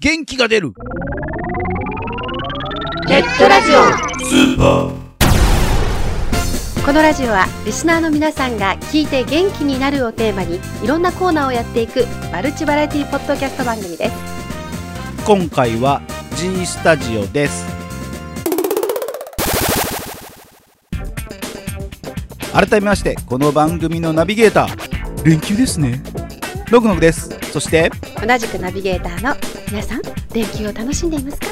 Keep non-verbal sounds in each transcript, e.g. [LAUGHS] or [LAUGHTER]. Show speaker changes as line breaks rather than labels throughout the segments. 元気が出る
ネットラジオこのラジオはリスナーの皆さんが聞いて元気になるをテーマにいろんなコーナーをやっていくマルチバラエティポッドキャスト番組です
今回は G スタジオです改めましてこの番組のナビゲーター連休ですねログノグですそして
同じくナビゲーターの皆さん連休を楽しんでいますか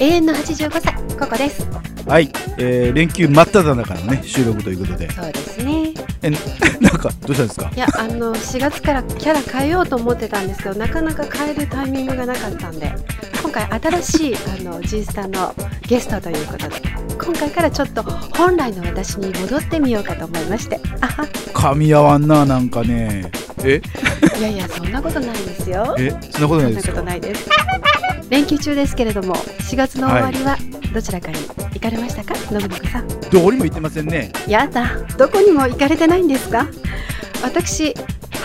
永遠の85歳ここです
はい、えー連休真っ只中のね収録ということで
そうですね
え [LAUGHS] なんかどうしたんですか
いやあの4月からキャラ変えようと思ってたんですけどなかなか変えるタイミングがなかったんで今回新しいあの G スタのゲストということで今回からちょっと本来の私に戻ってみようかと思いましてあは
噛み合わんななんかねえ
いやいやそんなことないですよ
えそんなこと
そ
ない
ん
で
な
す
こと
か
ないです連休中ですけれども4月の終わりはどちらかに行かれましたか信子さん
どこにも行ってませんね
やだどこにも行かれてないんですか私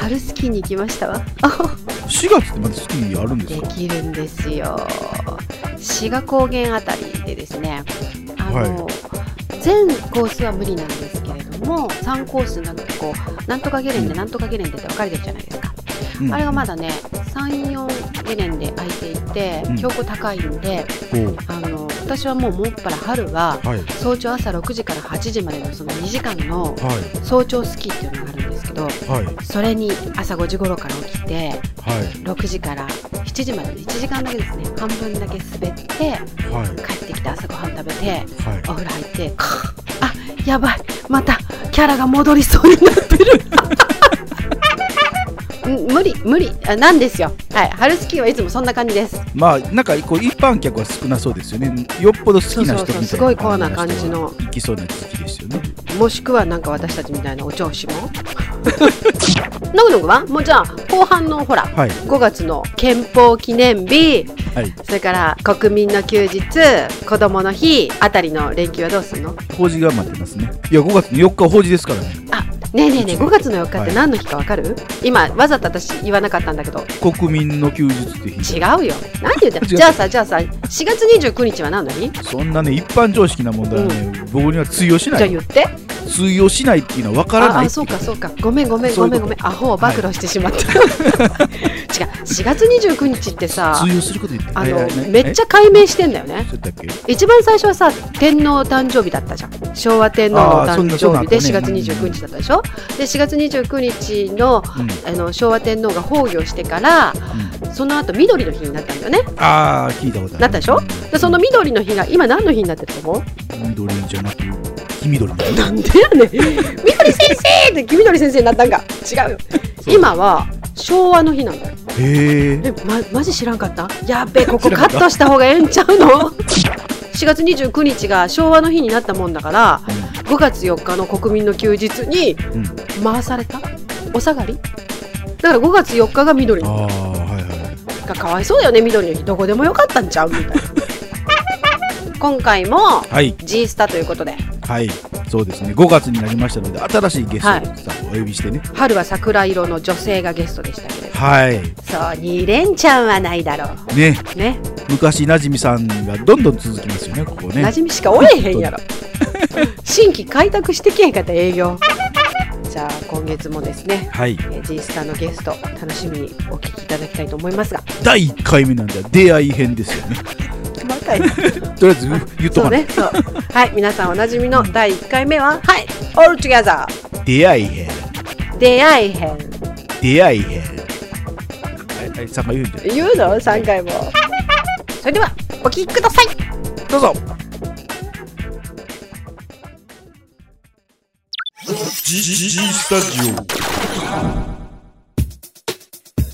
春スキーに行きましたわ
4月ってまだスキーあるんです
で
か
きるんですよ志賀高原あたりでですねあの、全コースは無理なんですけれども3コースなんかこうなんとかゲレンデなんとかゲレンデって分かれてるじゃないですか、
うん
あれがまだね34ゲレンデ空いていて
うん
標高高いんで、
ほう
あの私はもうもっぱら春は
はい
早朝朝6時から8時までのその2時間の
は
早朝スキーっていうのがあるんですけ
い
ど
はい
それに朝5時頃から起き
は
て
い
6時から7時までの1時間だけですね半分だけ滑って
はい
帰ってきて朝ごはん食べて
はい
お風呂入ってカー [LAUGHS] あやばいまたキャラが戻りそうになってるん [LAUGHS] 無理無理あなんですよはい春スキーはいつもそんな感じです
まあなんかこう一般客は少なそうですよねよっぽど好きな人みたいな
そうそうそうすごいコアな感じの
行きそうな時期ですよね
もしくはなんか私たちみたいなお調子もノグノグは [LAUGHS] もうじゃあ後半のほら
はい
5月の憲法記念日
はい
それから国民の休日子供の日あたりの連休はどうするの
法事頑張ってますねいや5月の4日は法事ですからね
あねえねえねえ5月の4日って何の日かわかる、今わざと私言わなかったんだけど
国民の休日って日
違うよ何言ってん
違う
じゃあさじゃあさ4月29日は何の日
そんなね一般常識な問題はね、僕には通用しな
じゃあ
い
言って
通用しないっていうのは分から
あ
ない
あそうかそうかごめんごめん
そう
ご
いうこ
め
と
んごめんアホを暴露してしまった、 [LAUGHS] 違う4月29日ってさ
通用すること言って
あの、
はいはいはい
めっちゃ解明してんだよね
えそうだっけ
一番最初はさ天皇誕生日だったじゃん昭和天皇の
あーそん
誕
なそうな
生
ん
日
だ
で
ね
4月29日だったでしょで4月29日の
うん
あの昭和天皇が崩御してからその後緑の日になったんだよね
ああ聞いたことある
なったでしょでその緑の日が今何の日になってると思う
緑じゃなく黄緑の
なんでや [LAUGHS] ねん緑先生って黄緑先生になったんか違うよ
そう
今は昭和の日なんだよ
へえ
え、ま、マジ知らんかったやっべここカットした方がええんちゃうの4月29日が昭和の日になったもんだから5月4日の国民の休日に
うん、うん
回されたお下がりだから5月4日が緑
ああ
の
はいはい
日がかわいそうだよね緑の日どこでもよかったんちゃうみ [LAUGHS] たいな今回も
はい、
G スタということで
はい、そうですね。5月になりましたので、新しいゲストさんをお呼びしてね。
春は桜色の女性がゲストでしたけれど
はい、
そう2連チャンはないだろ
ね、
うね
昔なじみさんがどんどん続きますよね。ここ
馴
ね。
染みしかおれへんやろ [LAUGHS] 新規開拓してきへんかった営業じゃあ今月もですね
はい、
えー G スタのゲスト楽しみにお聞きいただきたいと思いますが
第1回目なんだ出会い編ですよね。
細かい
とりあえず言っと
そ
か
う
ない、
ね、そう。はい、皆さんおなじみの第1回目は、はい、All Together
出会い編、
出会い編。
出会い編。はい、はい、さんが言うんじゃない。
言うの ?3 回 [LAUGHS] も。それでは、お聴きください
どうぞ。
G, G, G Stadio.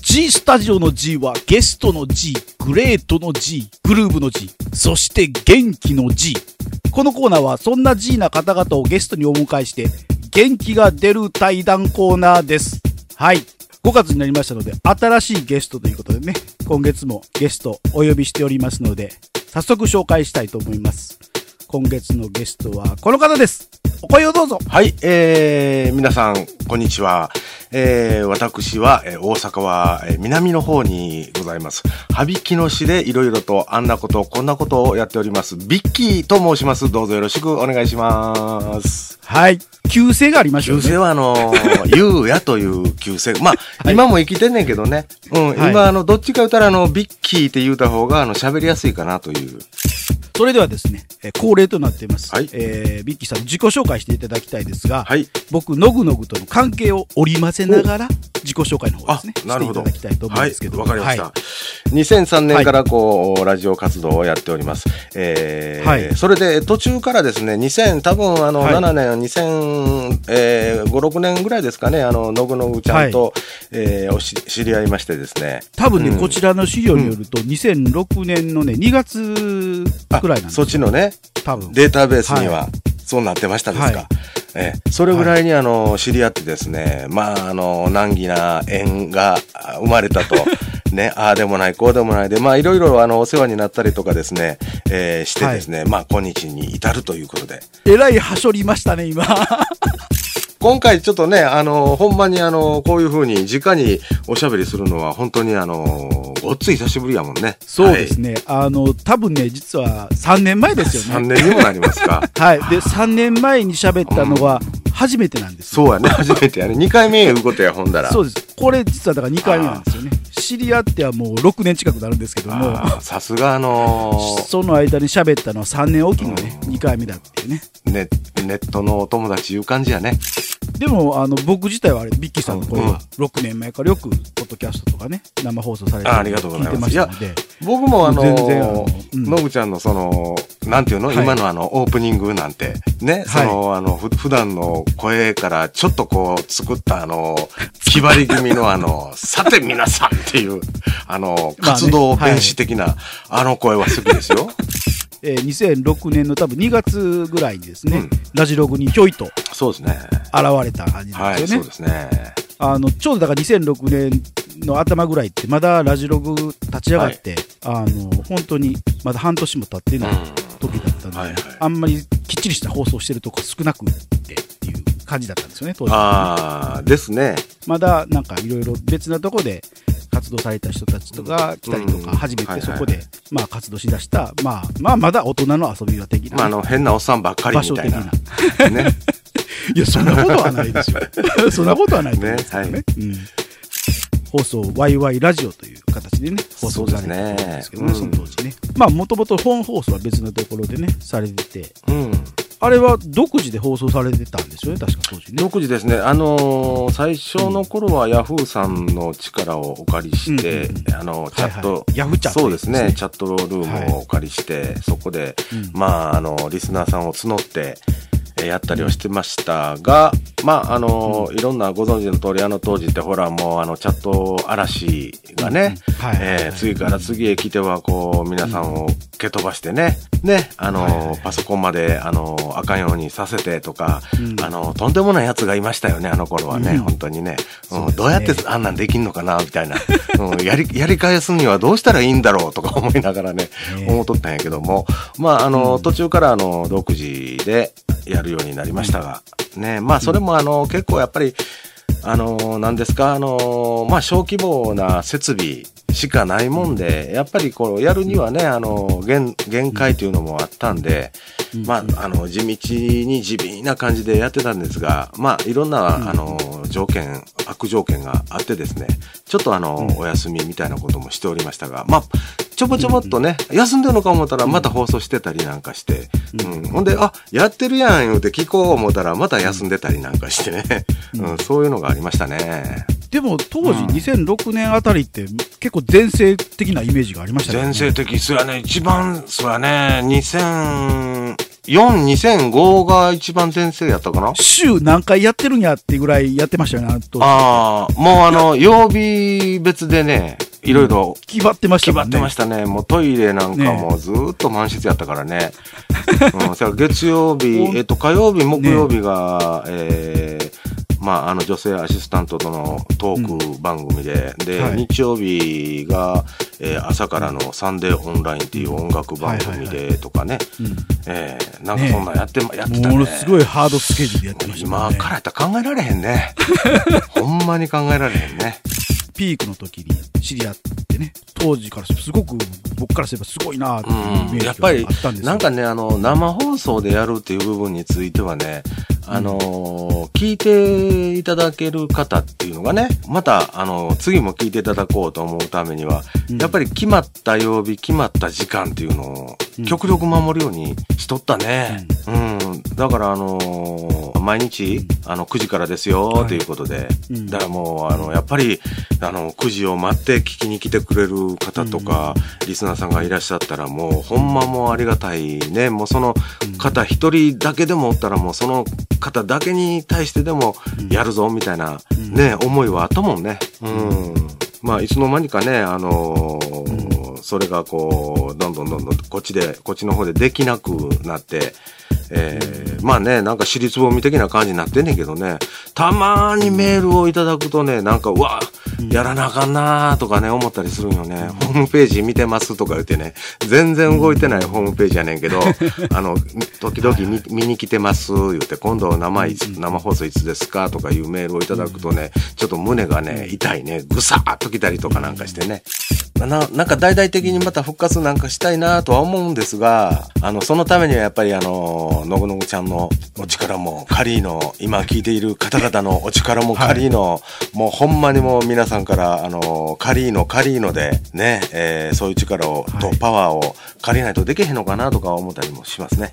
G スタジオの G はゲストの G、グレートの G、グルーブの G、そして元気の G。このコーナーはそんな G な方々をゲストにお迎えして元気が出る対談コーナーです。はい。5月になりましたので新しいゲストということでね、今月もゲストお呼びしておりますので、早速紹介したいと思います。今月のゲストはこの方です。お声をどうぞ。
はい、えー、皆さん、こんにちは。えー、私は、えー大阪は、えー南の方にございます。羽曳野市でいろいろとあんなこと、こんなことをやっております。ビッキーと申します。どうぞよろしくお願いします。
はい。旧姓がありましたよ
[LAUGHS] 旧
ね。
姓はあの [LAUGHS] ー、ゆうやという旧姓。まあ、
い
今も生きてんねんけどね。うん、
はい
今あの、どっちか言ったらあの、ビッキーって言うた方が、あの、喋りやすいかなという。
それではですね、えー恒例となっています。
はい
えー、ビッキーさん自己紹介していただきたいですが、
はい。
僕、ノグノグとの関係を織り交ぜながら、自己紹介の方ですね、
なるほど。
していただきたいと思うんですけど。
はい、わかりました。
はい
2003年からこう、ラジオ活動をやっております。えー
はい
それで途中からですね、2000、多分あの、
はい
7年、2005、えー5 6年ぐらいですかね、あの、のぐのぐちゃんと、えーおし知り合いましてですね。
多分ね、
うん
こちらの資料によると、2006年のね、2月くらいなんです
そっ
よ
ちのね、
多分。
データベースには、そうなってましたですか。
はい
ええそれぐらいに、あの、知り合ってですね、まあ、あの、難儀な縁があ生まれた [LAUGHS] と、ね、ああでもない、こうでもないで、まあ、いろいろ、あの、お世話になったりとかですね、えーしてですね、まあ、今日に至るということで。
えらいはしょりましたね、今。
今回ちょっとね、あの、ほんまにあの、こういうふうに、直におしゃべりするのは、本当にあの、ごっつい久しぶりやもんね。
そうですね、あの、多分ね、実は3年前ですよ
はい。
ね。
3年にもなります [LAUGHS] か。
はい。で、3年前に喋ったのが初めてなんですよ。
そうやね、初めてやね。2回目いうことや、ほんだら。
そうです。これ実はだから2回目なんですよね。知り合ってはもう6年近くなるんですけども、
あーさすがあのー
その間に喋ったのは3年おきのね、2回目だっていうね。 [LAUGHS]
ネネットのお友達いう感じやね。
でも、あの、僕自体はあれ、ビッキーさんの声
うん
は6年前からよく、ポッドキャストとかね、生放送されてる
あありがとうございます
聞いてましたので、
僕もあの
全然あの
ー、
うん
のぶちゃんのその、なんていうの、
はい
今のあの、オープニングなんて、ね、その、あの、ふ普段の声からちょっとこう、作ったあの、気張り気味の
[LAUGHS]
あの、さて皆さんっていう、あの、
まあね
活動弁士的な、あの声は好きで
[LAUGHS]
すよ。
えー2006年の多分2月ぐらいにですね、
うん
ラジログにひょいと現
そうですね。
れた感じなん
は
で
い、
すよね
そう。ですね。
あの、ちょうどだから2006年の頭ぐらいって、まだラジログ立ち上がって、あの、本当にまだ半年も経って
うん
ない。時だったんで、
はいはい
あんまりきっちりした放送してるとこ少なくってっていう感じだったんですよね、当時。
ああ、ですね。
まだなんかいろいろ別なとこで活動された人たちとか来たりとか、
うん
初め
はい
て
はい
そこで、まあ活動しだした、まあ、まあまだ大人の遊びは的なね、
まあ、あの、変なおっさんばっかり
場
み
所
た
的
い
な
な。。ね。
いや、そんなことはない
[LAUGHS]
ですよ。そんなことはないと思うんですけどね。
ね
うん放送、ワイワイラジオという形でね、放送されてたんですけどね、そ
そうですね
の当時ね。まあ、もともと本放送は別のところでね、されてて、
うん。
あれは独自で放送されてたんですよね、確か当時ね。
独自ですね、あのー最初の頃はヤフーさんの力をお借りして、
うんうんうん
あのチャ
は
ッ
いは
ト、
いヤフチャ
そうですね、
ャ
チャットルームをお借りして、そこで、
うん
まあ、あのリスナーさんを募って、えーやったりをしてましたが、まあ、あのーいろんなご存知の通り、あの当時ってほら、もうあのチャット嵐がね、
はいはいはい
えー次から次へ来ては、こう、皆さんを蹴飛ばしてね、ね、あのー
はいはい
パソコンまで、あのーあかんようにさせてとか、
うん
あのーとんでもない奴がいましたよね、あの頃はね、
うん
本当にね、うん
そうですね
どうやってあんなんできんのかな、みたいな、うんやり、 [LAUGHS] やり返すにはどうしたらいいんだろうとか思いながらね、
ね
思っとったんやけども、まあ、あのー
うん
途中から、あのー独自でやるようになりましたが、ね、まあ、それも、あのー結構やっぱり、あのー、何ですか、あのーまあ、小規模な設備しかないもんで、やっぱりこう、やるにはね、あのー限、限界というのもあったんで、
うん
まあ、あの、地道に地味な感じでやってたんですが、まあ、いろん
うん
な、あのー条件、悪条件があってですね、ちょっとあの
う
ー
ん
お休みみたいなこともしておりましたが、まあ、ちょぼちょぼっとね、休んでるのか思ったら、また放送してたりなんかして、
うん
うん、ほんで、あ、やってるやん、言うて聞こう思ったら、また休んでたりなんかしてね。
うん
うん、そういうのがありましたね。
でも当時
うん
2006年あたりって結構全盛的なイメージがありましたよね。
全盛的、そやね、一番、そやね、2004、2005が一番全盛やったかな
週何回やってるんやってぐらいやってましたよね、あの当時
ああ、もうあの、曜日別でね、いろいろ
決まってました
決
も
ま
ん
っ
ね。
てましたね。もうトイレなんかもずーっと満室やったからね。うん、それから月曜日
[LAUGHS] ほん、
えっと、火曜日、
ね
木曜日が、えーまあ、あの女性アシスタントとのトーク番組で、で、
はい
日曜日が、えー朝からのサンデーオンラインっていう音楽番
は
組
い
でとかね、えーなんかそんなんやって、やってたね。
ものすごいハードスケジュールやってましたもん
今
ね。
からやったら考えられへ
[LAUGHS]
んね。ほんまに考えられへんね。
ピークの時に知り合ってね、当時からすごく僕からすればすごいなっていうイ
う
メ
ん、
ー
やっ
ジがあ
ぱり
ったんですよ。
なんかね、あの、生放送でやるっていう部分についてはね、あのー聞いていただける方っていうのがね、また、あのー次も聞いていただこうと思うためには、
うん
やっぱり決まった曜日、決まった時間っていうの
う
を、
ん
極力守るようにしとったね。うん、だから、あのー毎日、あの、9時からですよ、ということで、
うん
だからもう、あの、やっぱり、あの、9時を待って聞きに来てくれる方とか、リスナーさんがいらっしゃったら、もう、ほんまもうありがたいね。もうその方一人だけでもおったら、もうその方だけに対してでも
うん、
やるぞ、みたいな、
うん
ね、思いはあったもんね。うん。まあ、いつの間にかね、あのーそれがこう、どんどんどんどん、こっちで、こっちの方でできなくなって、えー、まあね、なんか尻つぼみ的な感じになってんねんけどね、たまにメールをいただくとね、なんか、うわ、やらなあかんなーとかね、思ったりするんよね。ホームページ見てますとか言ってね、全然動いてないホームページやねん [LAUGHS] けど、あの、時々見見に来てます、言って、今度生いつ生放送いつですかとかいうメールをいただくとね、ちょっと胸がね、痛いね、ぐさーっと来たりとかなんかしてね。ななんか大々的にまた復活なんかしたいなとは思うんですが、あの、そのためにはやっぱりあの、のぐのぐちゃんのお力も借りの、今聞いている方々のお力も借りの、もうほんまにもう皆さんから、あの、借りの借りので、ね、えーそういう力を、
はい
とパワーを借りないとできへんのかなとか思ったりもしますね。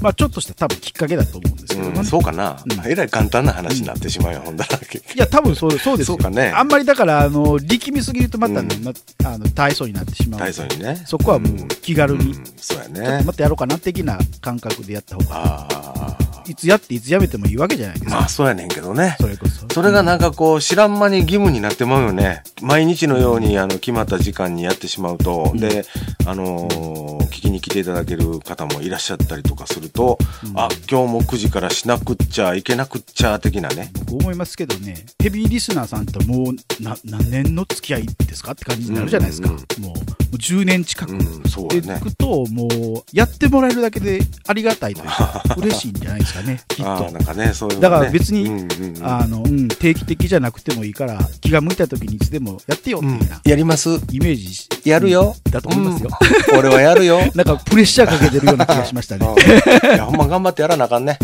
まあちょっとした多分きっかけだと思うんですけど
う
ね
ん、。そうかな、
うん
えらい簡単な話になってしまうよ、ほんだら。
いや、多分そうそうです
そ
よ
うかね
あんまりだから、あの、力みすぎるとまたね、
うん
まあの、体操になってしまう。
体操にね。
そこはもう気軽に、
う
ち
んそうや
ょっと
ね。
またやろうかな的な感覚でやった方が、
ああ。
いつやっていつやめてもいいわけじゃないですか。
まあそうやねんけどね。
それこそ。
それがなんかこう、知らん間に義務になってまうよね。毎日のように、あの、決まった時間にやってしまうと、
うん
で、あのー聞きに来ていただける方もいらっしゃったりとかすると、
うん
あ、今日も9時からしなくっちゃいけなくっちゃ、的なね。
僕思いますけどね、ヘビーリスナーさんってもうな何年の付き合いですかって感じになるじゃないですか。
うんうん
もうもう10年近く。
う
っ
ん、そう
て
や
い
ね。
くと、もう、やってもらえるだけでありがたいという
[LAUGHS]
か、嬉しいんじゃないですかね、きっ
ああ、
と
な。んかね、そういうのね、
だから別に
うんうんうん
あの、うん、定期的じゃなくてもいいから、気が向いた時にいつでもやってよ、みたいな、
やります
イメージし
やるよ、
だと思いますよ。
うん俺は
[LAUGHS]
やるよ。
なんかプレッシャーかけてるような気がしました
う [LAUGHS]
ね。
んいや、ほんま頑張ってやらなあかんね。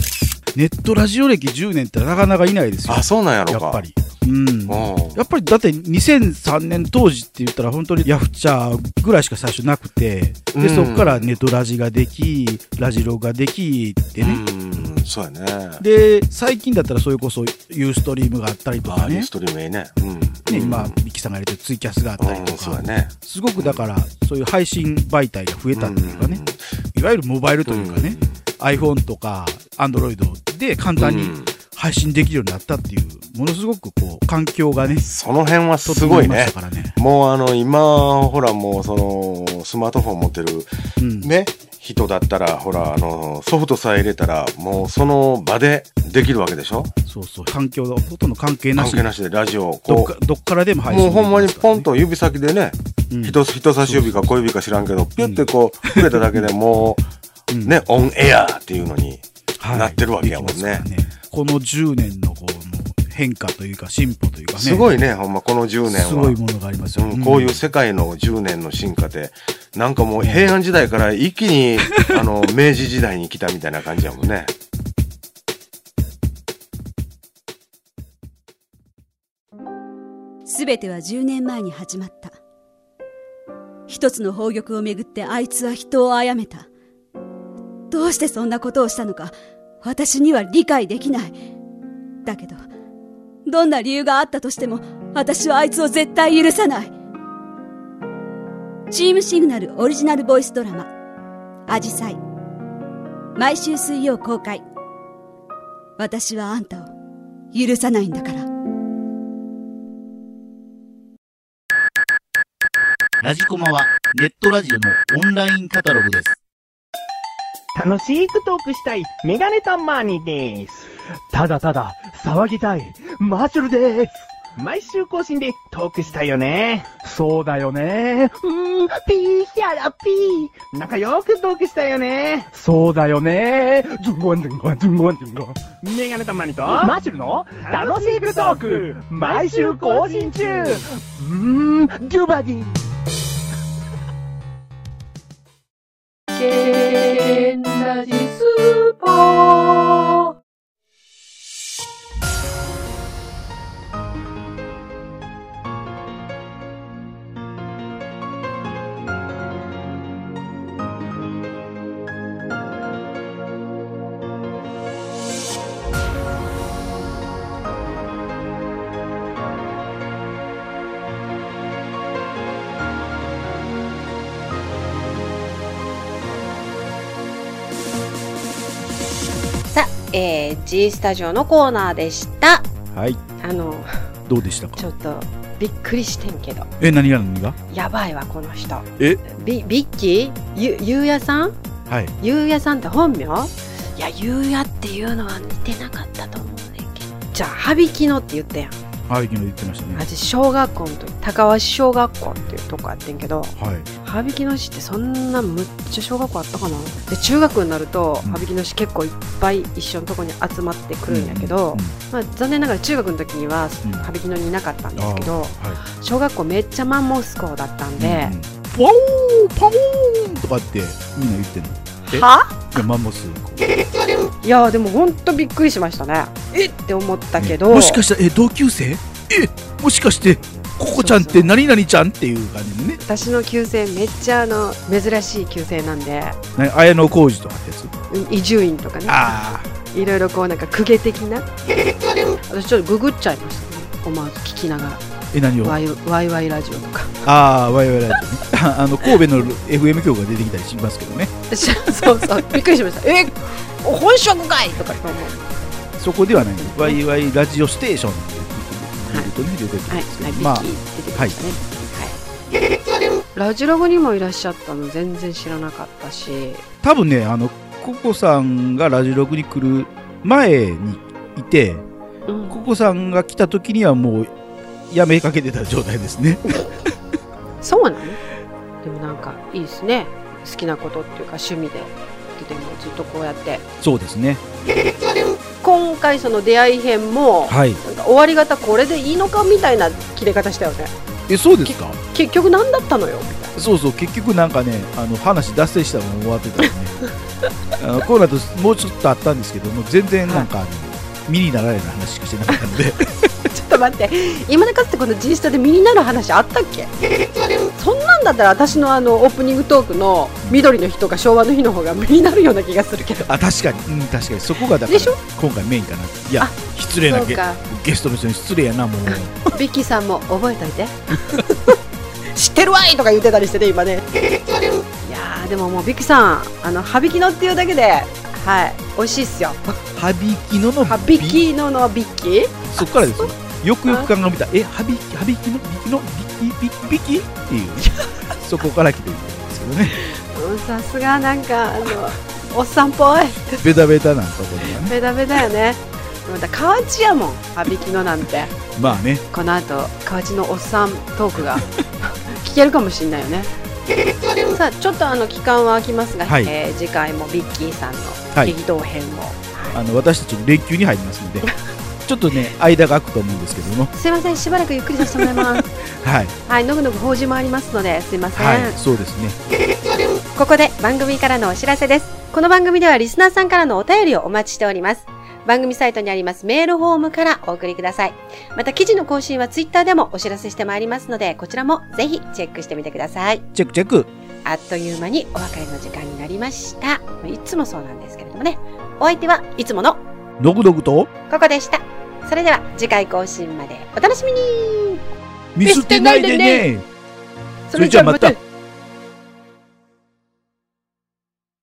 ネットラジオ歴10年ってなかなかいないですよ。
あ、そうなんやろ
や
か。
っぱ。り。うん。
うん。
やっぱりだって2003年当時って言ったら本当にヤフチャーぐらいしか最初なくて、
う
で、
ん
そこからネットラジができ、ラジロができってね。
うん、そうやね。
で、最近だったらそれこそユーストリームがあったりと
あ
か
あ、い
ね
いス。トリームいいね。うん。
ね、
うん
今、ミキさんがやれてるツイキャスがあったり
う
と
ん、そう
か
だ、ね。
すごくだから、そういう配信媒体が増えたっていうかね
ん、
いわゆるモバイルというかね、iPhone とか Android で簡単に
うん
配信できるようになったっていう、ものすごくこう、環境がね、
その辺はす
整
ご
い
い
まし
ね
た。からね。
もうあの、今、ほらもうその、スマートフォン持ってる
うん
ね、人だったら、ほら、あの、ソフトさえ入れたら、もうその場でできるわけでしょ
そうそう、環境が、ほとんど関係な
関
し
係
に
なしでラジオを
どっ
こ
か、どっからでも
う、
配信で
もう
きす
ほんまに
から
ポンと指先でね、
うん
人人差し指か小指か知らんけど、ピュってこう、触れただけでも
う
う、
ん
ね、オンエアっていうのに
はい
なってるわけやもん
できま
ね
すから。この10年のこう、もう変化というか、進歩というかね。
すごいね、ほんま、この10年は。
すごいものがありますよ。
うん、こういう世界の10年の進化で、なんかもう平安時代から一気 [LAUGHS] に、あの、明治時代に来たみたいな感じやもんね。
すべては10年前に始まった。一つの宝玉をめぐってあいつは人を殺めた。どうしてそんなことをしたのか、私には理解できない。だけど、どんな理由があったとしても、私はあいつを絶対許さない。チームシグナルオリジナルボイスドラマ、アジサイ。毎週水曜公開。私はあんたを許さないんだから。
ラジコマはネットラジオのオンラインカタログです。楽しくトークしたいメガネタマーニーです。ただただ騒ぎたいマッシュルです。毎週更新でトークしたいよね。そうだよね。うーん、ピーヒャラピー。仲良くトークしたいよね。そうだよね。ズンゴンズンゴンズンゴンズンゴン。メガネたまにとマッシュルの楽しくトーク毎週更新中うーん、ジュバディ
さあ、えー、G スタジオのコーナーでした。
はい。
あの、
どうでしたか
ちょっとびっくりしてんけど、
え、何が何が
やばいわ、この人。
え
ビビッキーゆゆうやさん
はい。
ゆうやさんって本名いや、ゆうやっていうのは似てなかったと思うねんけど。じゃあ、はびきのって言ったやん。
はい、昨日言ってましたね。
私、小学校の時、高橋小学校っていうとこあってんけど、
はい。
羽引きの市ってそんなむっちゃ小学校あったかなで中学になると
うん
羽引きの市結構いっぱい一緒のとこに集まってくるんやけど、
うん
まあ、残念ながら中学の時には
うん
羽引きのにいなかったんですけど、
あーは
小学校めっちゃマンモス校だったん
い。
で
う、ん、ワオーパオーンとかってみんな言ってんの。うん
はい
や、マンモス。
いやーでも本当びっくりしましたねえって思ったけど、
ねもしかしたら、え、同級生え、もしかして、ココちゃんっ
そう
て何々ちゃんっていう感じでね。
私の旧姓めっちゃあの珍しい旧姓なんで
ね綾野浩二とかってやつ。
うん伊集院とかね
あ
いろいろこうなんか公家的な私ちょっとググっちゃいましたね思わず聞きなが
あ。え、何を
ら [LAUGHS] ワイワイワイラジオとか
ああ、わいわいラジオね。あの、神戸の FM 局が出てきたりしますけどね。
しそうそうびっくりしましたえ本職かいとかと思う
そこではない。ワイワイラジオステーションっていうことで出てくるん
はい、
ですけ
はい、
ど、
ビ
ま
ッ
あ
キ、ー出てきましたねはい、ラジログにもいらっしゃったの全然知らなかったし
多分ね、あの、ココさんがラジログに来る前にいて、
うん
ココさんが来た時にはもう、やめかけてた状態ですね。
そうなのでもなんかいいですね好きなことっていうか趣味でででもずっとこうやって
[LAUGHS] そうですね。
今回その出会い編も、
はい。
なんか終わり方これでいいのかみたいな切れ方したよね
え、そうですか
結局何だったのよみたい
そうそう、結局なんかね、あの、話脱線したのも終わって [LAUGHS] たんでね。あのコーナーともうちょっとあったんですけども、全然なんか、あの身にならないような話しかしてなかったので、
なちょっと待って今だかつてこの G スタで身になる話あったっけそんなんだったら私のあのオープニングトークの緑の日とか昭和の日の方が身になるような気がするけど
[LAUGHS] あ、確かに、うん、確かに、そこがだから
でしょ、
今回メインかな。いや
あ、
失礼な
そう
ゲ
か
ゲストの人に失礼やな、も [LAUGHS] う。
ビッキーさんも覚えといて知ってるわいとか言ってたりしてね今ねいやーでももうビッキーさんあの羽引きのっていうだけではい美味しいっすよ
はびきのの
羽引きののビッキー
そっからですよ。よくよく考えたらえ、はびき、はびきの、びきの、びき、びき、びきっていう。そこから来てるんですけど [LAUGHS] ね。
うんさすがなんかあのおっさんっぽい
ベタベタなところがね。
ベタベタよねまた河内やもん羽引きのなんて
まあね、
この後河内のおっさんトークが
[LAUGHS]
聞けるかもしれないよねさあちょっとあの期間は空きますが、
はい
えー次回もビッキーさん
は
の
い
激動編を、
あの、私たちの連休に入ります [LAUGHS] ので。ちょっとね、間が空くと思うんですけども。
すいませんしばらくゆっくりさせてもらいます
[LAUGHS] はい。
はいのぐのぐ法事もありますのですいません、
はい、そうですね。
ここで番組からのお知らせです。この番組ではリスナーさんからのお便りをお待ちしております。番組サイトにありますメールフォームからお送りください。また記事の更新はツイッターでもお知らせしてまいりますので、こちらもぜひチェックしてみてください。
チェックチェック。
あっという間にお別れの時間になりました。いつもそうなんですけれどもね。お相手はいつもの
のぐのぐと。
ここでした。それでは次回更新までお楽しみに
見捨てないでね。それじゃあまた。